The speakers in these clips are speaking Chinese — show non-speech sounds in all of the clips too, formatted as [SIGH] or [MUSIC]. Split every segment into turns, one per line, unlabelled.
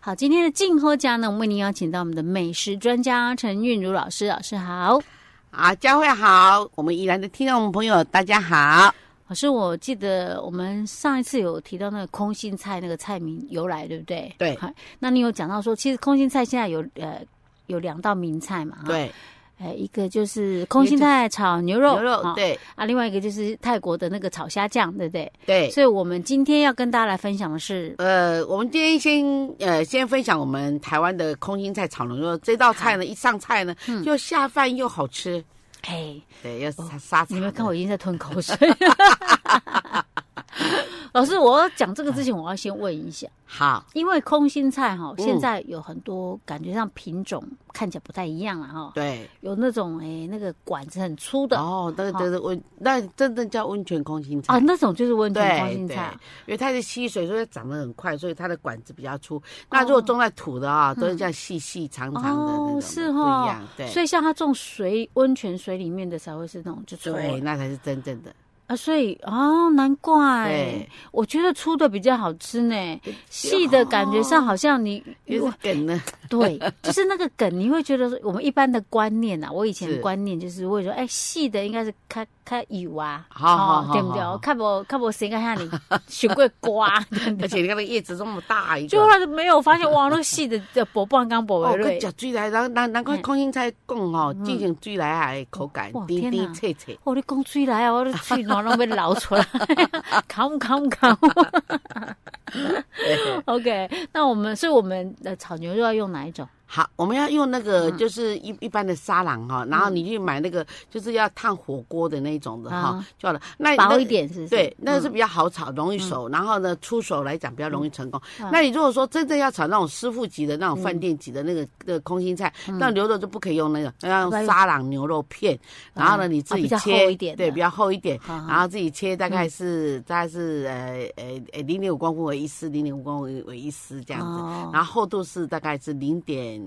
好，今天的静候家呢，我们为您邀请到我们的美食专家陈韵如老师，老师好。
好，佳慧好，我们宜兰的听众朋友大家好。
老师，我记得我们上一次有提到那个空心菜那个菜名由来，对不对？
对
好。那你有讲到说，其实空心菜现在有呃有两道名菜嘛？哈。
对，
呃，一个就是空心菜炒牛肉，
牛肉
哈
对
啊，另外一个就是泰国的那个炒虾酱，对不对？
对，
所以我们今天要跟大家来分享的是，
呃，我们今天先呃先分享我们台湾的空心菜炒牛肉这道菜呢，一上菜呢、
嗯
又下饭又好吃，
哎，
对，又沙沙茶的。
你们看我已经在吞口
[LAUGHS]
水。老师，我要讲这个之前，我要先问一下，
好，
因为空心菜哈，
嗯
现在有很多感觉上品种看起来不太一样了哈，
对，
有那种哎、那个管子很粗的
哦，那个
好
那个温，那真的叫温泉空心菜。
啊，那种就是温泉空
对
心
对
菜，，
因为它是吸水，所以长得很快，所以它的管子比较
哦
粗。那如果种在土的啊，都是这样细细长长的那种
嗯哦
的，
是
不一
哦
样。对，
所以像它种水温泉水里面的才会是那种就粗的
对，那才是真正的。
啊，所以哦，难怪
对，
我觉得粗的比较好吃呢，细的感觉上好像你
因为梗 [LAUGHS] 呢，
对，就是那个梗，你会觉得说我们一般的观念啊，我以前
是
观念就是会说，哎，细的应该是看看油啊，
好
哦
好好
对不对
好好？
看不看不谁看下你啊学会
[LAUGHS]
刮，真的
而且你看那叶子这么大一
就后
个，
来就没有发现哇，那个细的的薄棒刚薄
哦，
为
跟
瑞，
食水来，难难难怪
嗯
空心菜讲吼，进行水来啊，口感
哇
甜
天
甜
哪
脆脆。 [LAUGHS]
哦，你讲出来啊，我的嘴暖拢被流出来， [LAUGHS] 扛不扛不扛？OK，那我们所以我们的炒牛肉要用哪一种？
好，我们要用那个就是一一般的沙朗哈，然后你去买那个就是要烫火锅的那种的哈
啊，
就好了。哎那
薄
那
一点是不是？
对，那个
嗯嗯
是比较好炒，容易熟，然后呢，出手来讲比较容易成功。那你如果说真正要炒那种师傅级的那种饭店级的那个
嗯
那个空心菜，那牛肉就不可以用那个，要用沙朗牛肉片。然后呢，你自
啊比
己
较厚
切
一点的嗯
对，比较厚一点，
好好
然后自己切大概是大概是呃呃呃零点五公分为一丝，零点五公分为为一丝这样
哦
子，然后厚度是大概是零点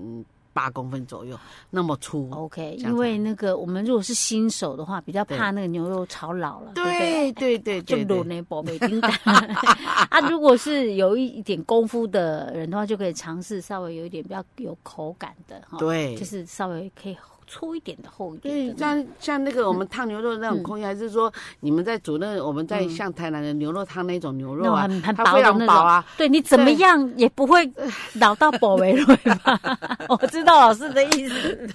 八公分左右，那么粗。
OK，
这样
因为
才
那个我们如果是新手的话，比较
对
怕那个牛肉炒老了，对不对？
对对对
就
对
卤
对，
那宝贝叮
[LAUGHS]
当 [LAUGHS] 啊！如果是有一点功夫的人的话，就可以尝试稍微有一点比较有口感的哈，
对
就是稍微可以粗一点的、厚一点
对
的，。嗯
像像那个我们烫牛肉那种空气，还是说你们在煮那个我们在像台南的牛肉汤那种牛
那
肉
种
啊
很，很
它
薄
非
的
常
那种，
薄啊。
对你怎么
对
样也不会老到宝维瑞吧？
[LAUGHS]
[LAUGHS] 我知道老师的意思，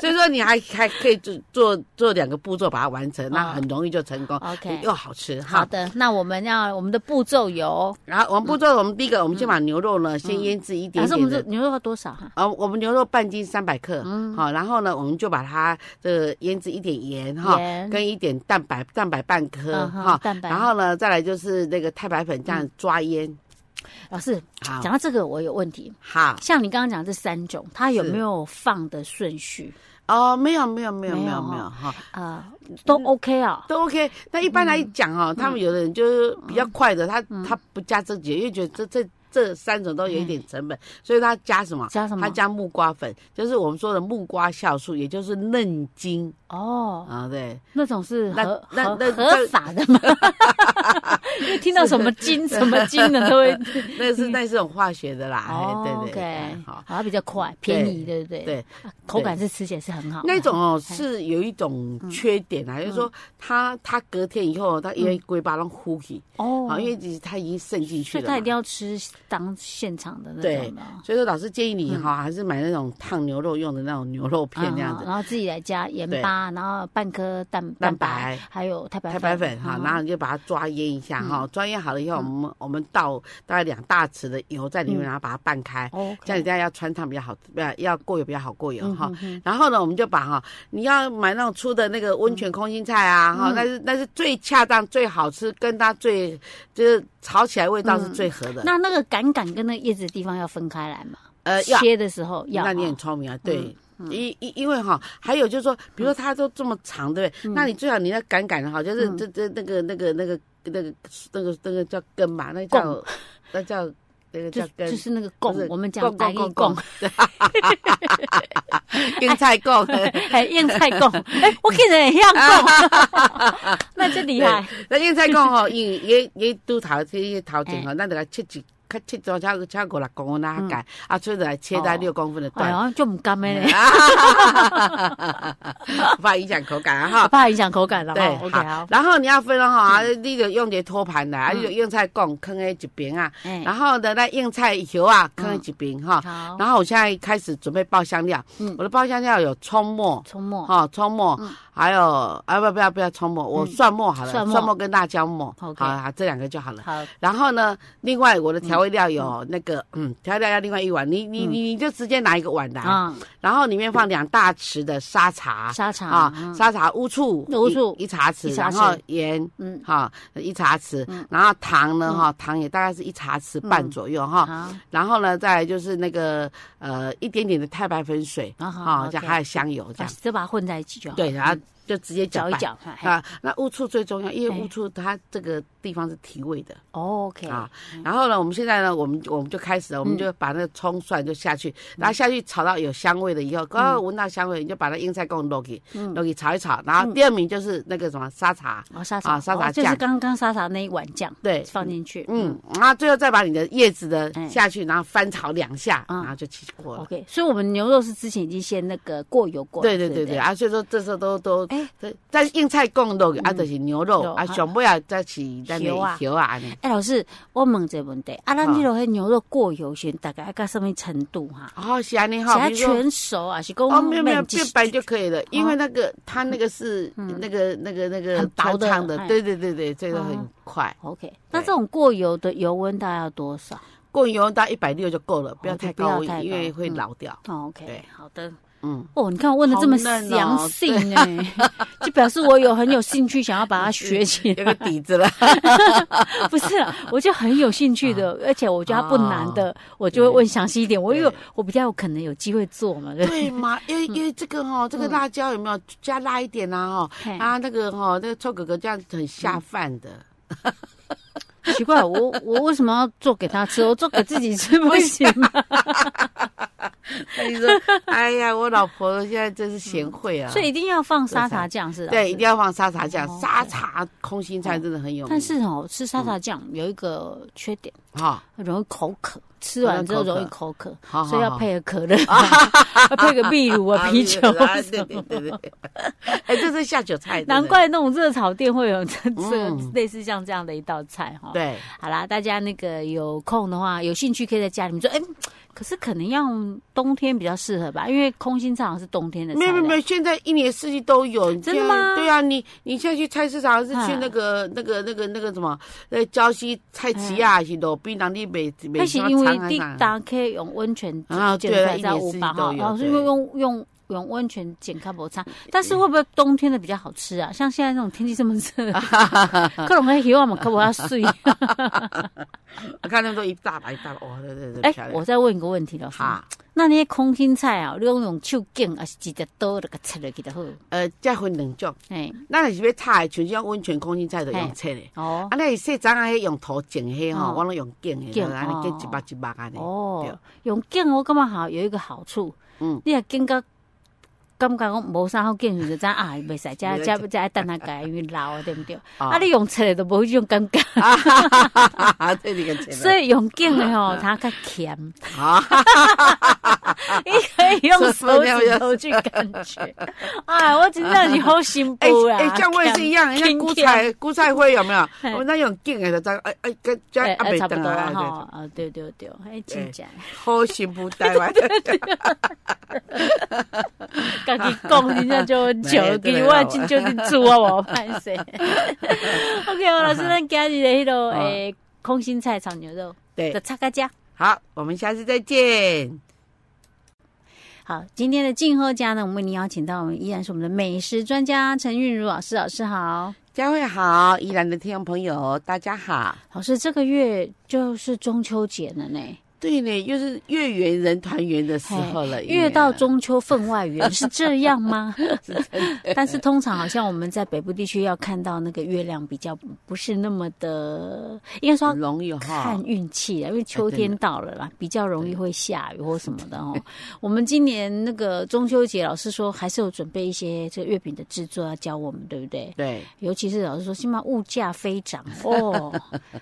所以说你还还可以做做做两个步骤把它完成，那很容易就成功
哦 OK
又好吃
好
哈。
的，那我们要我们的步骤有，
然后我们步骤，我们第一个，我们先把牛肉呢先腌制
嗯
一
老
点
师我们
点
这嗯
的。
牛肉要多少哈？
啊，我们牛肉半斤三百克，好，然后呢，我们就把它呃腌制一点盐哈
盐，
跟一点蛋白蛋白半颗
嗯哼
哈，
蛋白
然后呢，再来就是那个太白粉这样抓腌，
老师
好
讲到这个，我有问题。
好，
像你刚刚讲这三种，它有
是
没有放的顺序？
哦，没有没有没有
没
没
有
有
哈
没有哈，
啊、
嗯
都 OK 啊、
都 OK。那一般来
嗯
讲哦，他们有的人就是比较快的，他他不加这几个，因为觉得这这这三种都有一点成本，所以他加什么？
嗯加什么
他加木瓜粉，就是我们说的木瓜酵素，也就是嫩筋
哦，
啊。对，
那种是
那
合
那
合
那
合法的
[LAUGHS]
吗？因为听到什么金什么金的都会。
那是那是种化学的啦。
嗯哦
[LAUGHS] 哎对对对，
，OK，
好。
它比较快，便宜，对不对？
对，
啊，口感是吃起来是很好的。哎嗯
那种哦是有一种缺点啊，就是说它它隔天以后，它因为龟巴弄呼起，
哦
啊，，因为其实它已经渗进去
所以
了
它
嘛
一。定要吃当现场的那
对
种的哦，
所以说老师建议你哈、还是买那种烫牛肉用的那种牛肉片这样
嗯
子，
然后自己来加盐
对
巴，然后半颗蛋
蛋
白
白，
还有太白
太白粉哈，
嗯
然后你就把它抓腌一下哈，抓腌好了以后，我们我们倒大概两大匙的油在里面，然后把它拌开。
嗯哦 OK，
这样你大家要穿烫比较好，不要要过油比较好过油哈
嗯哼。哼
然后呢，我们就把哈，你要买那种粗的那个温
嗯
泉空心菜啊哈，那是那是最恰当、最好吃，跟它最就是炒起来味道是最合的。
嗯那那个杆杆跟那个叶子的地方要分开来嘛？
呃，要
切的时候要啊。嗯
那你很聪明啊，对。因因因为哈，还有就是说，比如说它都这么长，对不
嗯
对？那你最好你要赶赶的哈，就是这这那个那个那个那个那个那个叫根嘛，那叫那叫那个
就
叫根
就，是那个
不
拱
是，
我们讲白
拱
玉
拱
拱
拱， [LAUGHS] 跟菜供。
[LAUGHS]
[LAUGHS]
哎，燕菜拱，哎，我看着也像拱，那真厉害
[LAUGHS] 哦
哎
对。那燕菜供吼，因为也也都头这些头前吼，咱就来切一较切做差差五六公分那干，啊，吹着来切到六公分的
嗯哎
段。
呀，就唔甘的
[LAUGHS]
嘞，
怕影响口感啊哈。
怕影响口感了。
对，
哈 OK，好，嗯
然后你要分了哈，啊你就用一个托盘来，啊，你就用菜供放在一边啊，
哎，
然后呢，那硬菜油啊放在一边哈。
嗯好，
然后我现在开始准备爆香料
嗯，
我的爆香料有葱末，
葱末，
哈，葱末
嗯，
还有啊不不要不要葱末，我
嗯
蒜末好了，
蒜末
蒜末跟辣椒末，好
OK
啊这两个就好了。
好，
然后呢，另外我的调味料有那个，嗯，调味料要另外一碗，你你
嗯
你你就直接拿一个碗来，
啊，
然后里面放两大匙的沙茶，
沙茶
啊，，沙茶乌醋，
嗯乌醋
一一茶匙，
一茶
然
匙
后盐
嗯，
哈一茶匙
嗯，嗯
然后糖呢哈，糖也大概是一茶匙半左右
好
哈，，然后呢再来就是那个呃一点点的太白粉水
啊好
哈，
OK
这样还有香油这
把
样，
这把它混在一起就好。
对，然后
嗯
就直接
搅一
拌
搅。哎哈嘿
啊，那乌醋最重要，因为
哎
乌醋它这个地方是提味的。
哦，OK，
啊然后呢，我们现在呢，我们我们就开始了，我们就把那个葱蒜就下
嗯
去，然后下去炒到有香味了以后，刚刚闻到香味，你就把那硬菜给我落去，
嗯
落去炒一炒。然后第二名就是那个什么沙茶，
哦，沙茶，
啊沙茶
哦就是
酱
刚刚沙茶那一碗酱
对，
放进去，
嗯，然后最后再把你的叶子的
哎
下去，然后翻炒两下，
嗯
然后就起锅了。
，OK。所以我们牛肉是之前已经先那个过油过了，
对对
不
对对，，啊，所以说这时候都都
哎，
对，但是硬菜供肉啊，
嗯
就是牛肉
肉
啊，
啊
上尾啊再起咱
油啊
的油啊，这样
哎，老师，我问一个问题，啊，咱
好
这落迄牛肉过油先大概要到什么程度哈？
哦，是啊，你
是
好，
它
比如说。
全熟啊，还是讲
哦，没有没有，
慢一
变白就可以了，因为那个它那个是
嗯
那个那个那个
很薄的
穿烫的
哎，
对对对对，这个
哦
很快，
OK，那这种过油的油温大概要多少？
过油到一百六就够了，不要
哦就
太
不要
高温
太，
因为
高
会
嗯
老掉。
哦，OK，
对
好的。
[LAUGHS] 嗯，
哦，你看我问的这么
好嫩哦
详细
[LAUGHS]
呢，就表示我有很有兴趣想要把它学起
有 [LAUGHS]
来。
个底子了。
不是啊，我就很有兴趣的，而且我觉得它不难的，我就会问详细一点。我有
啊对
我比较有可能有机会做嘛，对不对
对嘛？ [LAUGHS] 因为因为这个哈，这个辣椒有没有加辣一点啊？
嘿
哈，啊那个哈，那个臭哥哥这样很下饭的，
[LAUGHS] 奇怪，我我为什么要做给他吃？我做给自己 [LAUGHS] 吃不行吗？
所以说，哎呀，我老婆现在真是贤惠啊。
所以一定要放沙茶酱是吧？
对，一定要放沙茶酱
哦，
沙茶空心菜真的很有名。
但是哦，吃沙茶酱有一个缺点，
哈，
容易口渴，吃完之后容易口渴，
好好
所以要
好
配个可乐，要配个秘鲁 [LAUGHS] 啊、啤酒
啊
什
对
么
对对对
[LAUGHS]
对，哎，这是下酒菜，
难怪那种热炒店会有这这
嗯
类似像这样的一道菜哈。，
对
好啦，大家那个有空的话，有兴趣可以在家里面做。哎，可是可能要冬天比较适合吧，因为空心菜好像是冬天的
不对。
菜
没
类。
有没有没有，现在一年四季都有。你
真的
这样
吗
对啊，你你现在去菜市场是去
嗯
那个那个那个那个什么，那礁溪菜市啊，还是路边人你卖卖
那是因为
啊
你
啥
大可以用温泉
啊，
剪
对
出
啊，
来
一
在
年
五
四季
八
都
哈，然后
有。
是
对
用用用用温泉剪开不差，但是会不会冬天的比较好吃啊？像现在这种天气这么热，克隆黑希望嘛，可我要
[LAUGHS]
睡。
我啊看他们都一大把一大把，哦哇，对对对，
哎
漂，亮
我再问一个问题了，
哈，
那那些空心菜啊，你用用手剪还是直接刀那个切落去就好？
呃，再分两种，
哎，
那你是要炒的，全是用温泉空心菜的
嘿
用切的。
哦
啊，那细张啊，迄用土种迄吼
哦，
我拢用剪
剪
的，安尼
哦
剪一目一目安尼。对
哦，用剪我感觉好有一个好处，
嗯
你也剪到。感觉我无啥好见，就知道啊，袂使，加加加等下改，因为老啊，对不对？
哦
啊，你用切的都无迄种感觉。
啊哈哈哈哈哈， [LAUGHS] 对你个剪
所以用劲的吼，它较甜，
啊，
你可以用手指头去感觉。
[LAUGHS]
哎，我真的是好啊辛
哎
苦啦。
哎，像我也是一样，
甜
像
甜
菇菜菇菜花有没有
嘿？
我那用剪的就知道，哎哎，跟这
哎
样阿
哎
伯
差不
等
多
啊，
哈
对，
啊，对对对，哎，真正
好辛苦台湾。
[LAUGHS] 家己讲人家就很
[LAUGHS]
久，
对
给
对
我真就是煮啊，我歹势。OK，我 [LAUGHS]
[LAUGHS]
老师，咱今日的迄个诶空心菜炒牛肉，
啊对
就，差个价。
好，我们下次再见。
好，今天的静候家呢，我们为您邀请到我们依然是我们的美食专家陈韵如老师，老师好。
佳慧好，宜兰的听众朋友大家好。
老师，这个月就是中秋节了呢。
对呢，又是月圆人团圆的时候了，
月到中秋分外圆，是这样吗？ [LAUGHS]
是真的
但是通常好像我们在北部地区要看到那个月亮比较不是那么的，应该说
很容易哈
看。运气啊，因为秋天到了啦，比较容易会下雨或什么的哦。我们今年那个中秋节，老师说还是有准备一些这个月饼的制作要教我们，对不对？
对，
尤其是老师说，现在物价飞涨哦，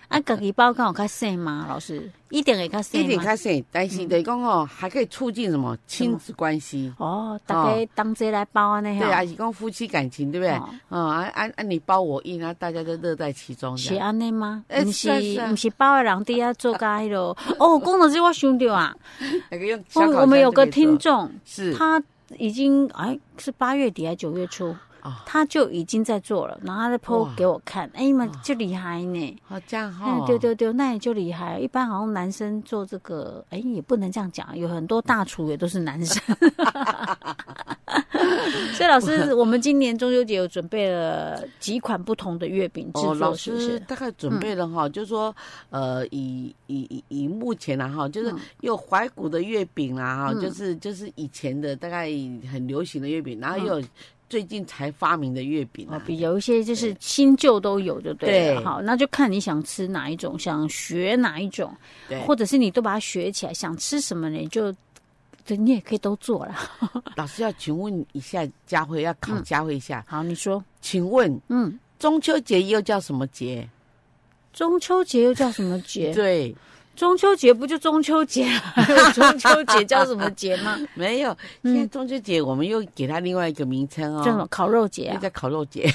啊，自己包刚好较省吗？老师一点也较省
一
吗
点开始，但
嗯
是等于讲哦，还可以促进什么亲子关系。
哦，大家当这来包啊那
对啊，，是讲夫妻感情，对不对？
哦
啊啊啊啊！你包我印，然后大家都乐在其中这
是啊
样。
安尼吗？
哎
不是
是啊是啊
不是包的人底下做家迄落
[LAUGHS]
哦，讲到这我想到啊，
那个用
我
小烤箱
哦我们有个
就可以做
听众，
是
他已经哎是八月底还是九月初
啊，
他就已经在做了，然后他在
哇
PO 给我看，哎妈就厉害呢。
哦，这样哈
嗯，，对对对，那也就厉害。一般好像男生做这个，哎，也不能这样讲，有很多大厨也都是男生。 [LAUGHS] 所以老师，我们今年中秋节有准备了几款不同的月饼制
哦，老
作，是不
师
是？嗯
大概准备了哈，就是说，呃，以以以以目前啊哈，
嗯
就是有怀古的月饼啊啦哈，就是就是以前的大概很流行的月饼，然后又有最近才发明的月饼
嗯哦
啊，，
比有一些就是新旧都有，就对了。
对
好，那就看你想吃哪一种，想学哪一种，
对，
或者是你都把它学起来，想吃什么呢，你就对你也可以都做了。
老师要请问一下佳慧，要考佳慧一下，
好，你说，
请问
嗯，
中秋节又叫什么节？
中秋节又叫什么
[LAUGHS]
节？
对，
中秋节不就中秋节 [LAUGHS] 啊？还有中秋节叫什么节 [LAUGHS] 吗？
[LAUGHS] 没有，
嗯
现在中秋节我们又给它另外一个名称
叫什么
哦，
烤肉节
又
啊？
叫烤肉节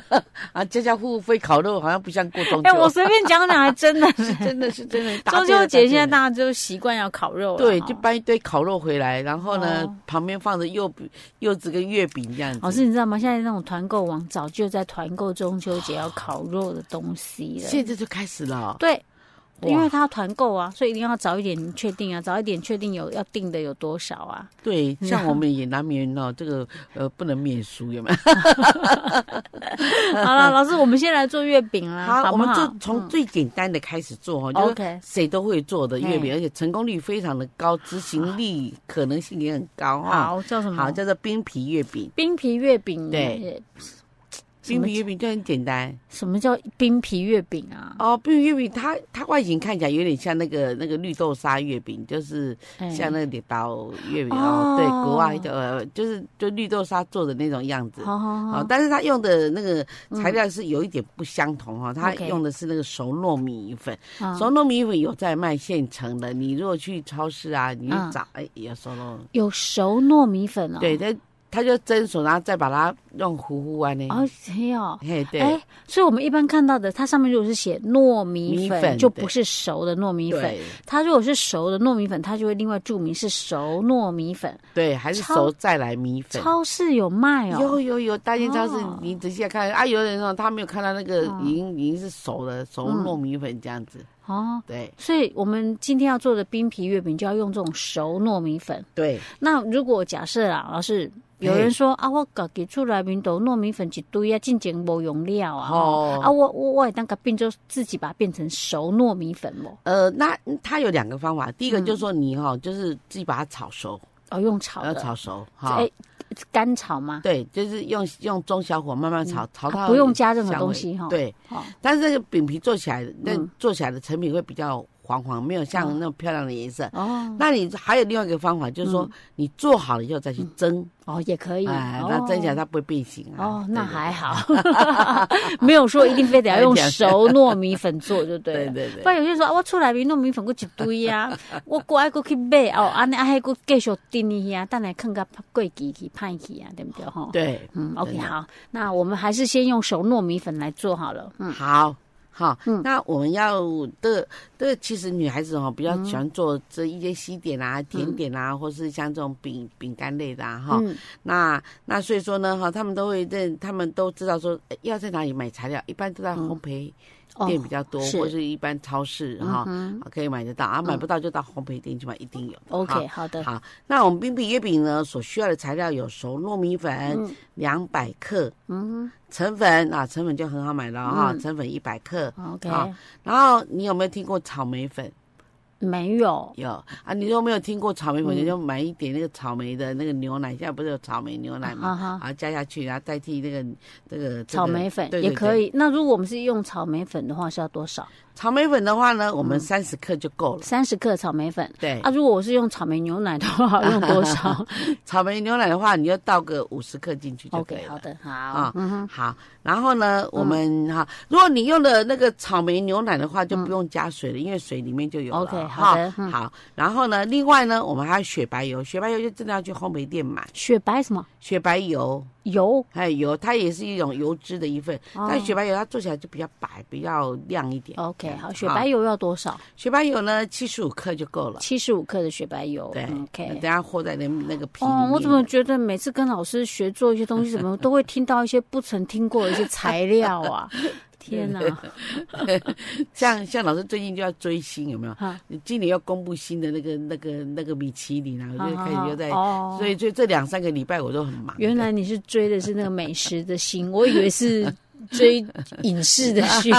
[LAUGHS] 啊，家家户户非烤肉，好像不像过中
哎、
[LAUGHS]
我
秋，
随便讲讲，还真的 [LAUGHS] 是
是真的是真的。答
中
对了
秋节现在
答
大家就习惯要烤肉了。哦
对了对，
哈
就搬一堆烤肉回来，然后呢
哦，
旁边放着柚饼柚子跟月饼这样
老哦
子。
师，你知道吗？现在那种团购网早就在团购中秋节要烤肉的东西了。
现在就开始了，
对，
哇
因为他团购啊，所以一定要早一点确定啊，早一点确定有要订的有多少 [LAUGHS] 啊。
对，像我们也难免哦，这个呃不能免俗，有没有？
好了，老师，我们先来做月饼啦， [LAUGHS] 好
[LAUGHS] 我
不
们
好
就从
嗯
最简单的开始做哦，就是
OK
谁都会做的月饼，
哎
而且成功率非常的高，执行力可能性也很高哈。
好叫什么？
好，叫做冰皮月饼。
冰皮月饼。
对，
什
冰
么
皮月饼就很简单
什么叫冰皮月饼啊？
哦，冰皮月饼它它外形看起来有点像那个那个绿豆沙月饼，就是
哎
像那个镰刀月饼
哦
哦，对，国外的呃就是就绿豆沙做的那种样子。
好好
哦
好，，
但是它用的那个材料是有一点不相同哈、哦，它
嗯 OK
用的是那个熟糯米粉，
啊
熟糯米粉有在卖现成的，你如果去超市啊，你去
嗯
找，哎、有熟糯，
有熟糯米粉哦。
对，，它它就蒸熟，然后再把它用糊糊啊呢，
哦，没有。
嘿，对，
哎，所以我们一般看到的，它上面如果是写糯米
米
粉，
粉
就
对
不是熟的糯米粉。
对
它如果是熟的糯米粉，它就会另外注明是熟糯米粉。
对，还是
超
熟再来米粉。
超市有卖
有
哦，
有有，大件超市
哦
你仔细来看啊，有人哦，他没有看到那个
哦
已经已经是熟了，熟
嗯
糯米粉这样子，
哦。
对
所以我们今天要做的冰皮月饼就要用这种熟糯米粉。
对，
那如果假设啦，老师有人说啊，我自己厝内面都糯米粉一堆啊，进前无用料啊，
哦
哦、啊，我我我会当个变做自己把它变成熟糯米粉哦，
呃，那它有两个方法，第一个
嗯
就是说你哈，就是自己把它炒熟，
哦，用炒
要
的，
炒熟哈
哎，，干炒吗？
对，就是用用中小火慢慢炒，炒
啊
到
不用加任何
香味
东西哈
对，
哦，
但是那个饼皮做起来，那
嗯
做起来的成品会比较黄黄，没有像那种漂亮的颜色。
哦，
那你还有另外一个方法，就
嗯
是说你做好了以后再去蒸，
哦，也可以，
哎，
哦
那蒸起来它不会变形啊。
哦，那
对
还好， [LAUGHS] 没有说一定非得要用
[LAUGHS]
熟糯米粉做，就对
对
了。
对
不
对。
然有些人说啊，我出来面糯米粉过一堆啊，我过爱过去买哦，安尼啊，还过继续订去啊，等下看个过期去歹去啊，对不对吼？
对，
嗯，OK，
真的
好，那我们还是先用熟糯米粉来做好了。嗯，
好。好，
嗯
那我们要的的，其实女孩子哦比较
嗯
喜欢做这一些西点啊、甜点啊，或是像这种饼饼干类的啊，哈、
嗯
那那所以说呢，哈，他们都会认，他们都知道说呃要在哪里买材料，一般都在烘焙
嗯哦，
店比较多，
是嗯
或是一般超市哈、可以买得到啊，买不到就到烘焙店去买，一定有。
OK，
好
好的，
好，那我们冰皮月饼呢，所需要的材料有熟糯米粉
嗯
两百、克，
嗯
成粉啊，成粉就很好买了哈、
嗯
成粉一百克，
，OK，
好然后你有没有听过草莓粉？
没有，
有啊，你都没有听过草莓粉，
嗯
你就买一点那个草莓的那个牛奶，现在不是有草莓牛奶
啊
吗？
哈，
啊，加下去，然后代替那个这个
草莓粉
对对
也可
对
以。那如果我们是用草莓粉的话，是要多少？
草莓粉的话呢，我
嗯
们三十克就够了。
三十克草莓粉。
对
啊，，如果我是用草莓牛奶的
[LAUGHS]
话，用多少
草莓牛奶的话，你就倒个五十克进去就可以
？OK，
了。
好嗯的，
啊
好，，
好，然后呢，
嗯
我们哈，如果你用的那个草莓牛奶的话，就不用加水了，因为水里面就有
嗯
了。
OK，
哈
好的嗯
好。然后呢，另外呢，我们还有雪白油，雪白油就真的要去烘焙店买
雪白什么
雪白油，
油？
还有油，它也是一种油脂的一份，
哦
但雪白油它做起来就比较白，比较亮一点。
OK，好，雪白
油，
油要多少？
雪白油呢，七十五克就够了。
七十五克的雪白油。
对等
嗯 OK。
下和在那那个皮里
哦，我
面
怎么觉得每次跟老师学做一些东西，怎么都会听到一些不曾听过的一些材料
[LAUGHS]
啊？天哪！
像像老师最近就要追星，有没有
啊？
你今年要公布新的那个那个那个米其林啊，我就开始又在，
哦
所以所以这两三个礼拜我都很忙。
原来你是追的是那个美食的心，我以为
[LAUGHS]
是追影视的心。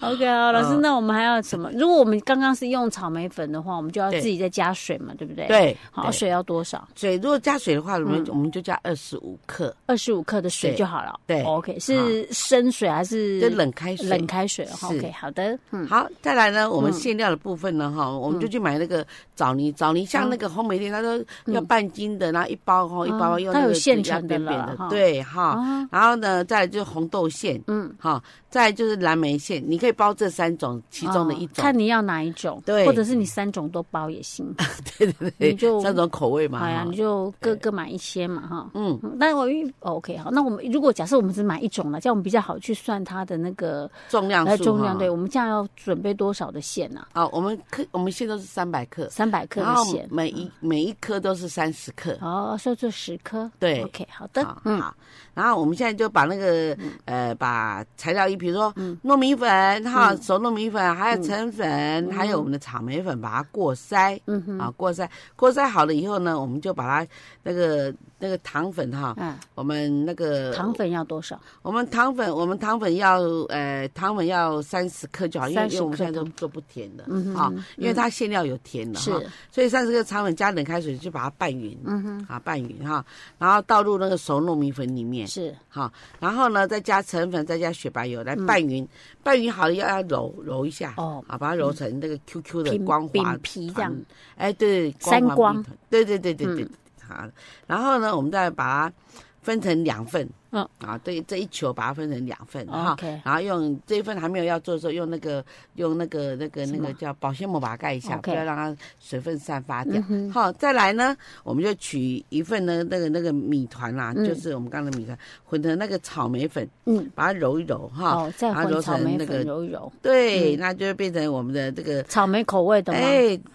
OK 啊，老师，
嗯
那我们还要什么？如果我们刚刚是用草莓粉的话，我们就要
对
自己再加水嘛，对不对？。
对，
好，嗯
对
水要多少？
水如果加水的话，我们我们就加二十五克，
二十五克的水
对
就好了。
对
，OK，是生水还是
就冷开
嗯
水。
冷开嗯水
是
？OK，好的，嗯，
好，再来呢，我们馅料的部分呢，哈，我们就去买那个枣泥，枣泥
嗯
像那个烘焙店，它都要半斤的，然后一包哈，一包
哦
用
它
那
有
个
现
比较
成的
扁扁
了
的
哈，
对哈。
啊，
然后呢，再来就是红豆馅，
嗯，
哈，再来就是蓝莓馅，你可以包这三种其中的一
哦
种，
看你要哪一种，
对
或者是你三种都包也行。对对对，你就
三种口味嘛。
哎呀，
哈
你就各各买一些嘛，哈。
嗯，
嗯，但我因为哦 OK 好，那我们如果假设我们只买一种了，这样我们比较好去算它的那个
重量
呃
数
重量，
哈
对，我们这样要准备多少的馅呢、
啊，我们克我们现在都是三百克
啊？，三百克
然
的
后
馅，
每一每一颗都是三十克。
哦，所以就十颗。
嗯对
，OK 好的，嗯
好，好，然后我们现在就把那个呃，把材料一，比如说
嗯
糯米粉哈，熟糯米粉，还有橙粉，还有我们的草莓粉，把它过筛
嗯哼，
啊，过筛，过筛好了以后呢，我们就把它那个那个糖粉哈，
嗯，
我们那个
糖粉要多少？
我们糖粉，我们糖粉要呃，糖粉要三十克就好，因为
30
因为我们
克
现在都
糖
都不甜的
嗯哼
啊
嗯，
因为它馅料有甜的
是
哈，所以三十克糖粉加冷开水就把它拌匀，嗯哼，啊拌匀哈，然后倒入那个熟糯米粉里面
是，
哈，然后呢再加橙粉，再加雪白油来拌匀，拌匀好了要要揉揉一下
嗯哦
啊，把它揉成那个 QQ 的
饼
光滑
饼皮这样
团，哎对，
三
滑
光嗯
饼团，对对对对对，好，然后呢我们再把它分成两份，
嗯哦
啊，对这一球把它分成两份哈
OK
然后用这一份还没有要做的时候，用那个用那个那个
什
那
么
个叫保鲜膜把它盖一下
OK
不要让它水分散发掉
嗯。哼，
好、再来呢，我们就取一份呢那个那个米团啦、
嗯
就是我们刚才米团混成那个草莓粉，
嗯，
把它揉一揉哈、
哦，嗯再
然后
混
揉
草
成
莓
那
粉
个，
揉一揉，
对，那就会变成我们的这个，
草莓口味的吗？哎，
哎，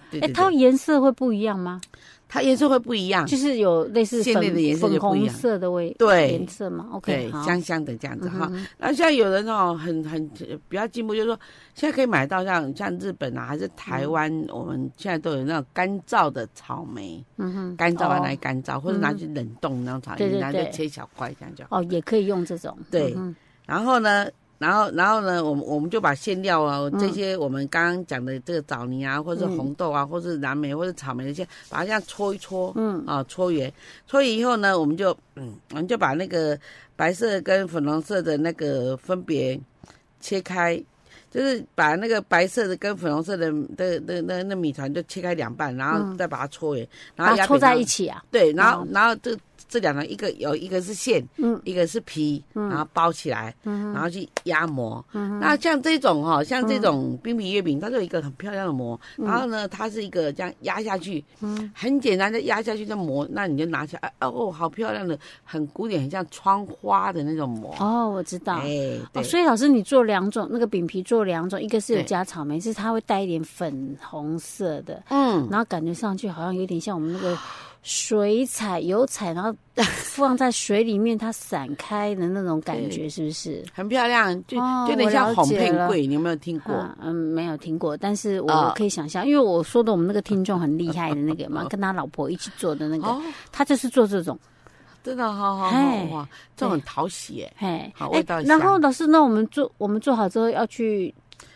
对对
它
对，
颜色会不一样吗？
它颜色会不一样
就，是有类似
啊馅
粉
类的颜色
粉
就不一
红
样
色的味
对
颜色嘛？OK，
对，
好，
香香的这样子哈。
嗯哼
那现在有人哦，很很呃比较进步，就是说现在可以买到像像日本啊，还是台湾，我们现在都有那种干燥的草莓，
嗯哼，
干燥完
哦
来干燥，或者拿去冷冻那种草
对
莓，
对
拿去
对
切小块这样就好。
哦，也可以用这种。
对
嗯哼
然后呢，然后然后呢，我们我们就把馅料啊，
嗯
这些我们刚刚讲的这个枣泥啊，或者是红豆啊，或者是蓝莓或者草莓这些，把它这样搓一搓，
嗯
啊，搓圆，搓圆以后呢，我们就嗯，我们就把那个白色跟粉红色的那个分别切开。就是把那个白色的跟粉红色的的的那那米团就切开两半，然后再把它搓圆，然
嗯
后
把
压
它凑
扁
在
它
一起啊。
对，然后、然后这这两个一个有一个是馅，
嗯
一个是皮，然后包起来，然后去压模。
嗯
那像这种哈、哦，像这种冰皮月饼，它就有一个很漂亮的模，然后呢，它是一个这样压下去，
嗯
很简单的压下去的模，那你就拿起来，啊哦，好漂亮的，很古典，很像窗花的那种模。
哦，我知道。
哎，
哦，
对，
所以老师，你做两种，那个饼皮做两种，一个是有
对
加草莓，是它会带一点粉红色的，
嗯，
然后感觉上去好像有点像我们那个水彩油彩，然后 [LAUGHS] 放在水里面它散开的那种感觉，
对
是不是？
很漂亮，就、
哦
就有点
我
像
了
红
解
片
了
桂，你有没有听过？
啊嗯，没有听过，但是我
啊
我可以想象，因为我说的我们那个听众很厉害的那个
[LAUGHS]
嘛，跟他老婆一起做的那个，
哦，
他就是做这种，
真的，好好好
嘿
哇，这种很讨喜耶。
嘿，
好
哎
味道
然
香
后老师，那我们做我们做好之后要去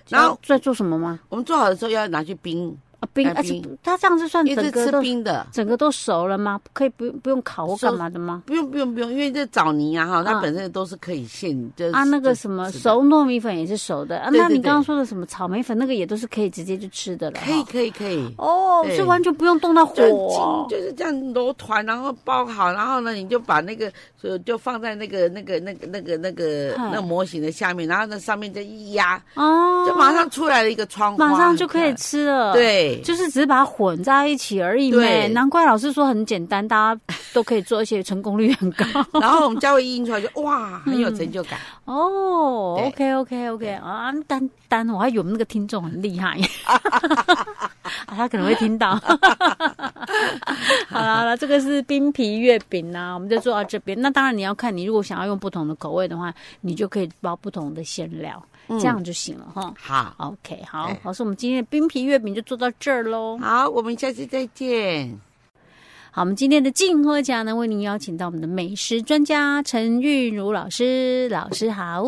然后
在做什么吗？
我们做好的时候要拿去冰，
啊，冰，
哎
而且
冰
它这样子算
因为
整
这
个
吃
都
冰的，
整个都熟了吗？可以不用不用烤或干嘛的吗？
不用不用不用，因为这枣泥啊哈，它
嗯
本身都是可以现呃就是
啊，那个什么
是的
熟糯米粉也是熟的啊，
对
那
对
你
对
刚刚说的什么草莓粉，那个也都是可以直接就吃的了哈。
可以可以可以。
哦，
对
所以完全不用动到火
就很
哦
轻，就是这样揉团，然后包好，然后呢，你就把那个就就放在那个那个那个那个那个
嗨
那模型的下面，然后那上面再一压，
啊，
就马上出来了一个窗花，
马上就可以吃了。。 [LAUGHS]
对，
就是只是把它混在一起而已
对
嘛，难怪老师说很简单，大家都可以做，而且成功率很高。
然后我们家会印出来就哇，很有成就感。
哦
对
，OK OK OK 啊，丹丹，我还以为我们那个听众很厉
[LAUGHS]
害，啊，他可能会听到。好啦好啦，这个是冰皮月饼啦、我们就做到这边。那当然你要看，你如果想要用不同的口味的话，你就可以包不同的馅料，嗯这样就行了哈。
好，
OK，好
嗯对，
老师，我们今天的冰皮月饼就做到这儿喽。
好，我们下次再见。
好，我们今天的静喝家呢，为您邀请到我们的美食专家陈韵如老师，老师好。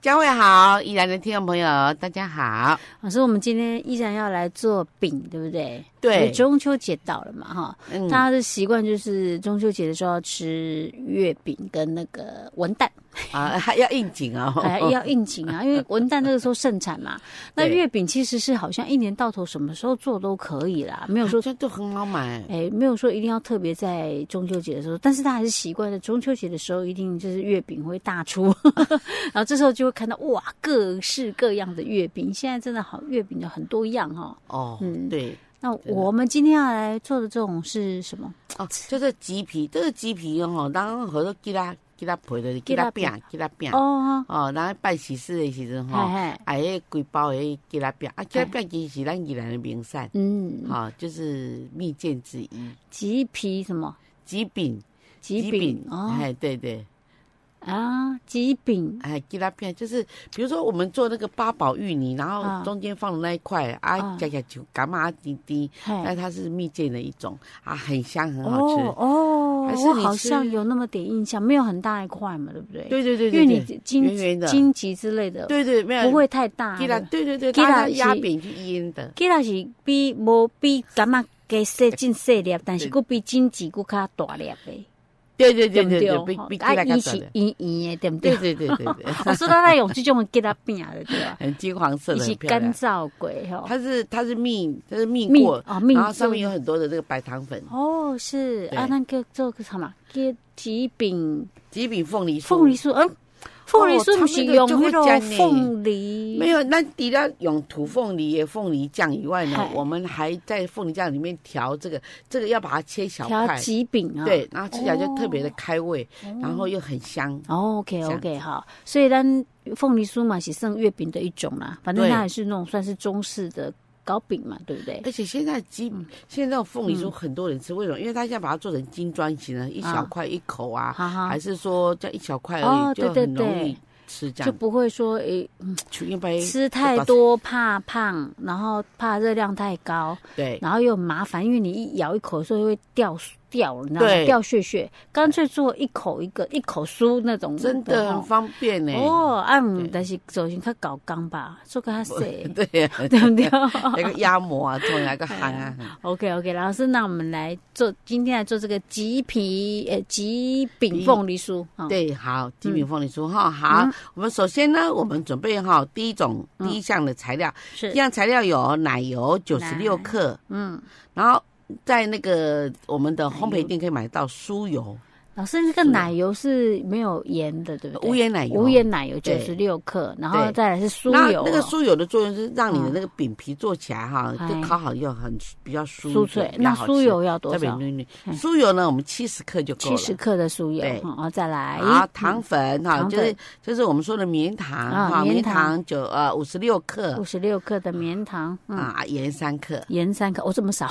嘉惠好，宜兰的听众朋友大家好。
老师，我们今天依然要来做饼，对不对？因为
对，
中秋节到了嘛，哈，
嗯
大家的习惯就是中秋节的时候要吃月饼跟那个文旦，
啊，还要应景哦。 [LAUGHS]
哎，要应景啊，因为文旦那个时候盛产嘛。那
对
月饼其实是好像一年到头什么时候做都可以啦，没有
[LAUGHS]
说
好像就很好买。
哎，没有说一定要特别在中秋节的时候，但是他还是习惯在中秋节的时候，一定就是月饼会大出， [LAUGHS] 然后这时候就会看到哇，各式各样的月饼，现在真的好，月饼有很多样哈、哦。
哦
嗯，
对，
那
的
我们今天要来做的这种是什么？
哦，就是鸡皮，这个鸡皮哦，当好多鸡拉鸡拉皮的，鸡拉饼，鸡拉饼。
哦，
哦，然后办喜事的时阵
嘿
吼，
嘿，
哎，迄规包的鸡拉饼，啊，鸡拉饼其实是咱宜兰的名产，
嗯，
啊，就是蜜饯之一，
吉皮什么？
鸡饼，
吉饼哦
哎，对对，
啊，吉饼
哎，吉拉片就是，比如说我们做那个八宝芋泥，然
啊
后中间放的那一块啊，
啊
加加就干嘛滴滴，
嘿，
但它是蜜饯的一种啊，很香，哎很好
哎哦
吃。
哦
还，是
我
你
好
吃
像有那么点印象，没有很大一块嘛，对不对？
对对对
因为
对对，
你荆
圆圆的
荆棘之类的，
对对没有
不会太大
吉拉，
的。
对对对，
吉拉
它是
是
压扁去腌的，
吉拉是比无比感觉加细真细粒，但是佫比荆棘佫较大粒的，
对对对
不
对
对
对，？比
吼
比吉
啊，
拉
伊
更短
是
的，
圆圆的，对不
对
对？
对对对对，
[LAUGHS] 我说到那用这种吉拉饼的对吧？
很金黄色
伊
的，
是
很漂
干
亮。
燥鬼吼，
它是它是蜜，它是蜜
蜜
过，
啊蜜
然后上面
做
有很多的这个白糖粉，
哦，是
对
啊，那个做个什么？吉吉饼
吉饼凤梨酥，
凤梨酥，嗯，凤梨酥
哦他
不
们
是
那个
用
就
那
会
种
沾呢
凤梨，
没有，那除了用土凤梨也凤梨酱以外呢
嗨，
我们还在凤梨酱里面调这个，这个要把它切小
调
块，
吉饼啊，
对，然后吃起来就特别的开胃，然后又很香。
哦，OK
这样
OK，好，所以咱凤梨酥嘛是算月饼的一种啦，反正
对
它也是那种算是中式的糕饼嘛，对不对？
而且现在鸡，现在那种凤梨
嗯
酥很多人吃，为什么？因为他现在把它做成金砖型的，一小块一口啊，
哈哈
还，是说这样一小块而
哦
已，
对
就
对
很容
对
易吃这
就
样。
不会说诶、
就一杯
吃太多怕胖，然后怕热量太高，
对
然后又很麻烦，因为你一咬一口的时候会掉掉，你知道吗？
对
掉屑屑，干脆做一口一个一口酥那种，
真的很
哦
方便呢。
哦，啊，
对，
嗯但是首先较搞刚吧，做个较细
[LAUGHS] 对呀，
对不对？
[LAUGHS] 那个压模啊，从那个憨啊，
OK OK，老师，那我们来做今天来做这个吉皮呃吉饼
皮
凤梨酥啊，哦，
对，好，金饼凤梨酥哈，好，
嗯
我们首先呢，我们准备哈第一种第一项的材料，
是
第一项材料有奶油九十六
奶
克，
嗯，
然后在那个我们的烘焙店可以买到酥油，
老师这个奶油是没有盐的，嗯对不对？
无盐奶油，
无。盐奶油九
对
十六克，然后
对
再来是酥
那
油哦，嗯
那个酥油的作用是让你的那个饼皮做起来哈，
哎
就烤好以后很比较酥
酥
脆
脆，，那酥油要
特
多
别
少？
嫩嫩。酥油呢，我们七十克就够
七
了。
十克的酥油，
对
然后再来
好，糖粉哈，
糖
就是
粉
就是我们说的棉糖
啊
哈，
棉
棉
糖
糖九呃五十六克
五十六克的棉糖，嗯，
啊，盐三克，
盐三克，哦，这么
[LAUGHS]
少，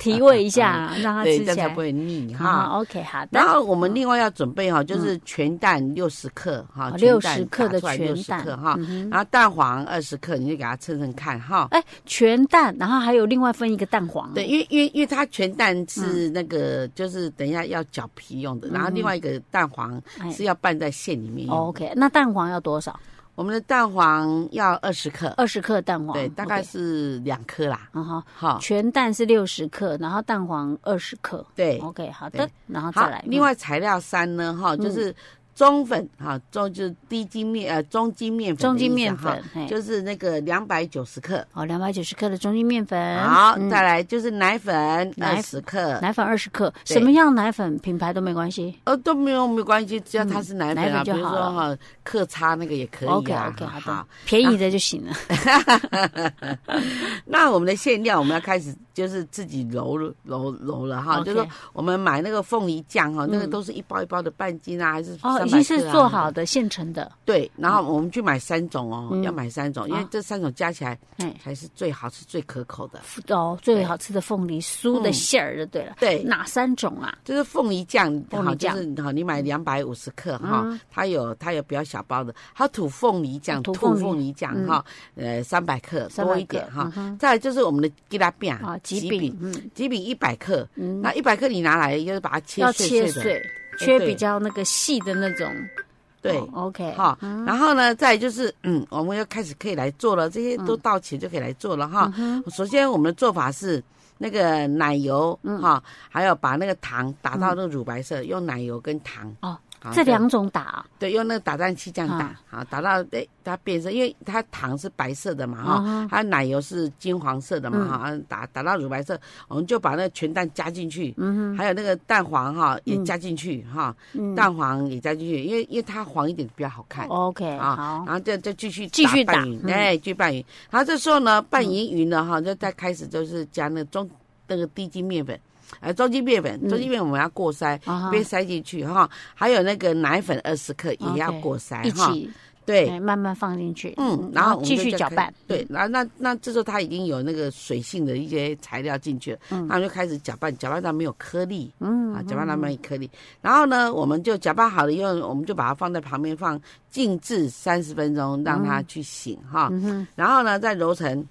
提味一下，让它
对，
啊吃
这样
起
才
来
不。会腻哈。
好，OK，好嗯的
然。后我们另外要准备哈，就是全蛋六十克哈，
啊六
全
十
蛋
克的
打出来
全
60
蛋嗯
克哈，然后蛋黄二十克，你就给它称称看哈。
哎，全蛋，然后还有另外分一个蛋黄。
对，，因为因为因为它全蛋
嗯
是那个，就是等一下要搅皮用的，然后另外一个蛋黄
哎哦
是要拌在馅里面用的。
OK，那蛋黄要多少？
我们的蛋黄要二十克，
二十克哦蛋黄，
对，大概
OK
是两颗啦。
然后
好，
全蛋是六十克，然后蛋黄二十克。
对，
OK，好的
对，
然后哦再
好
来。嗯
另外材料三呢，哈，就是中粉，哈，中就是低筋面，呃，中筋面
嗯
粉，
中筋面粉，，哎嘿
就是那个两百九十克。
好，两百九十克的中筋面粉，
好，
嗯
再来就是奶粉
奶
二十克，
奶粉二十克，
对
什么样奶粉品牌都没关系。
呃，都没有没关系，只要它是奶
嗯
粉
奶
啊，
粉就
比如
好
说哈，克差那个也可
OK
以啊。
OK，好的，便宜的就行了。
那我们的馅料我们要开始就是自己揉了揉揉了哈，
OK
就是说我们买那个凤梨酱哈，那个
嗯
都是一包一包的半斤啊，还是
哦，
300
已经是
克啊
做好的现成的，
对，然后我们去买三种哦，
嗯
要买三种，因为这三种加起来
哎，
才是最好吃、最可口的。
哦，最好吃的凤梨酥的
嗯
馅儿就对了。
对，
哪三种啊？
就是凤梨酱，
凤
好，
梨
就
酱
是好，你买两百五十克哈
嗯，
它有它有比较小包的，还有土凤梨酱，
哦土
土
凤梨嗯
凤梨酱哈，呃，三百克
三
多
百
一
克
点哈
嗯。哼
再来就是我们的吉拉饼
啊，几饼，，嗯
吉饼一百克，
嗯，
那一百克你拿来就是把它切
要
碎
切
碎的，哎
碎，切
对
比较那个细的那种。
对。
哦，OK，
哈，然后呢，再来就是，嗯，我们又开始可以来做了，这些都到齐就可以来做了哈。
嗯
首先，我们的做法是那个奶油
嗯
哈，还有把那个糖打到那个乳白色，用奶油跟糖
哦，
好
嗯这
对
两种打啊
对，用那个打蛋器这样打
啊，
好打到诶它变色，因为它糖是白色的嘛
嗯
哈
哼，
还有奶油是金黄色的嘛
嗯
哈，打打到乳白色，我们就把那个全蛋加进去，还有那个蛋黄哈也加进去哈，
嗯
蛋黄也加进去，因为因为它黄一点比较好看。
，OK，
啊
好
然，后再再继续
继续打
打拌匀，
嗯
哎，继续拌匀。然后这时候呢，拌匀匀了哈，就再开始就是加那个中那个低筋面粉，呃，中筋面
嗯
粉，中筋面粉我们要过筛，
啊哈
别塞进去哈。还有那个奶粉二十克也要
OK，
过筛
一
哈，
起
对。
哎慢慢放进去，
嗯，然后我们
继
就
续
再
搅
开
拌，嗯
对，然后那那这时候它已经有那个水性的一些材料进去了，那我们就开始搅拌，搅拌到没有颗粒，
嗯，
啊，搅拌到没有颗粒。然后呢，我们就搅拌好了以后，我们就把它放在旁边放静置三十分钟，让它去醒哈。
嗯哦哼，
然后呢，再揉成，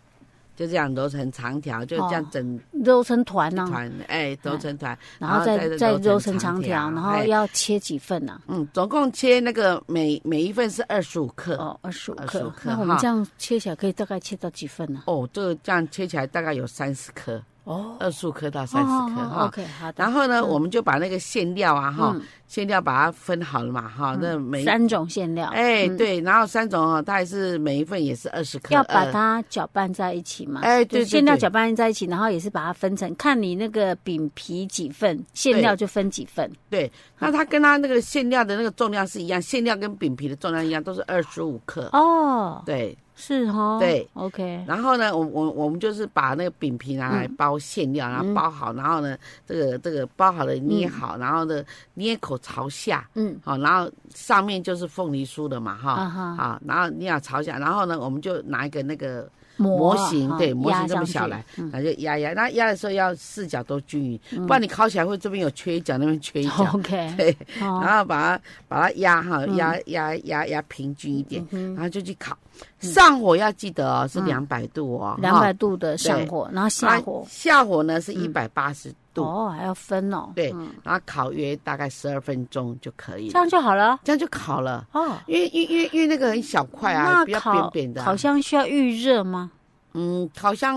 就这样揉成长条，就这样整
揉成团呢，
团，哎，揉成团，
然后再再揉成长条，然后
哎
要切几份啊呢？
嗯，总共切那个每每一份是二十五克。
哦，二十五
25
克。
克
那我们
哈
这样切起来可以大概切到几份呢？
哦，这个这样切起来大概有三十颗，
哦，
二十五颗到三十颗
哦
哈。
OK，好嗯的。
然后呢，我们就把那个馅料啊哈，馅料把它分好了嘛哈，那每一
嗯三种馅料，
哎对，然后三种啊，它还是每一份也是二十克，
要把
呃
它搅拌在一起嘛。
哎
就是
对对
馅料
对
搅拌在一起，然后也是把它分成，看你那个饼皮几份，馅料就分几份。
对，那它跟它那个馅料的那个重量是一样，馅料跟饼皮的重量一样，都是二十五克。
哦，
对，
是哦，
对
，OK，
然后呢，我我我们就是把那个饼皮拿
嗯
来包馅料，然后包好，然后呢，这个这个包好了捏好，然后呢捏口朝下，
嗯，
好，然后上面就是凤梨酥的嘛，
啊
哈，
哈，
好，然后捏好朝下，然后呢，我们就拿一个那个
模
模型，对，模型这么小，
啊
来
压上去，
然后就压压，那压的时候要四角都均匀，
嗯
不然你烤起来会这边有缺一角，那边缺一
[LAUGHS]
角，
OK，
[LAUGHS] 对，
哦，
然后把它把它压哈，压压压压平均一点，
嗯
然后就去烤。上火要记得哦，是两百度哦，
两百
哈
度的上火，然后下火嗯
啊，下火呢是一百八十度，
哦，还要分哦，
对
嗯，
然后烤约大概十二分钟就可以
这
了，
样就好了
这样就烤了。
哦。
因为因为因为因为那个很小块啊，
那
比较
烤
扁扁的啊、
烤箱需要预热吗？
嗯，烤箱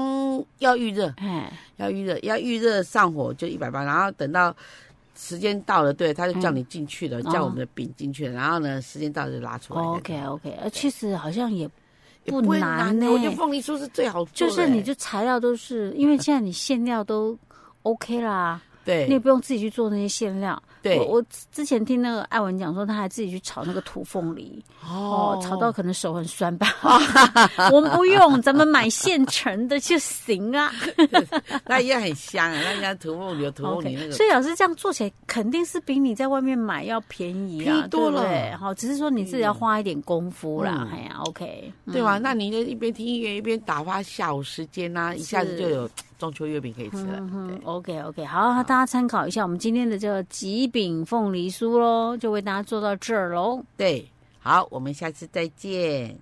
要预热，
哎，
要预热，要预热上火就一百八，然后等到时间到了，对，他就叫你进去了，
嗯
叫
哦
我们的饼进去了，然后呢，时间到了就拉出来。
OK OK，呃，其实好像也
也
不
不会
难
难
呢
的，我觉得凤梨酥是最好做
就
的
是你就材料都是，因为现在你馅料都 OK 啦，你也
[LAUGHS] 欸对
不用自己去做那些馅料。
对
我我之前听那个艾文讲说，他还自己去炒那个土凤梨，哦，炒到可能手很酸吧。 [LAUGHS] 我们不用，咱们买现成的就行啊。
[LAUGHS] 那也很香啊，那人家土凤梨有土凤梨那
OK，
个
所以老师这样做起来肯定是比你在外面买要便宜啊，
便宜多了嗯
对不对好，只是说你自己要花一点功夫啦。哎呀，OK，
对吧？那你就一边听音乐一边打发下午时间呐，一下子就有中秋月饼可以吃了。对
OK OK，好，大家参考一下我们今天的这个极饼凤梨酥喽，就为大家做到这儿喽。
对，好，我们下次再见。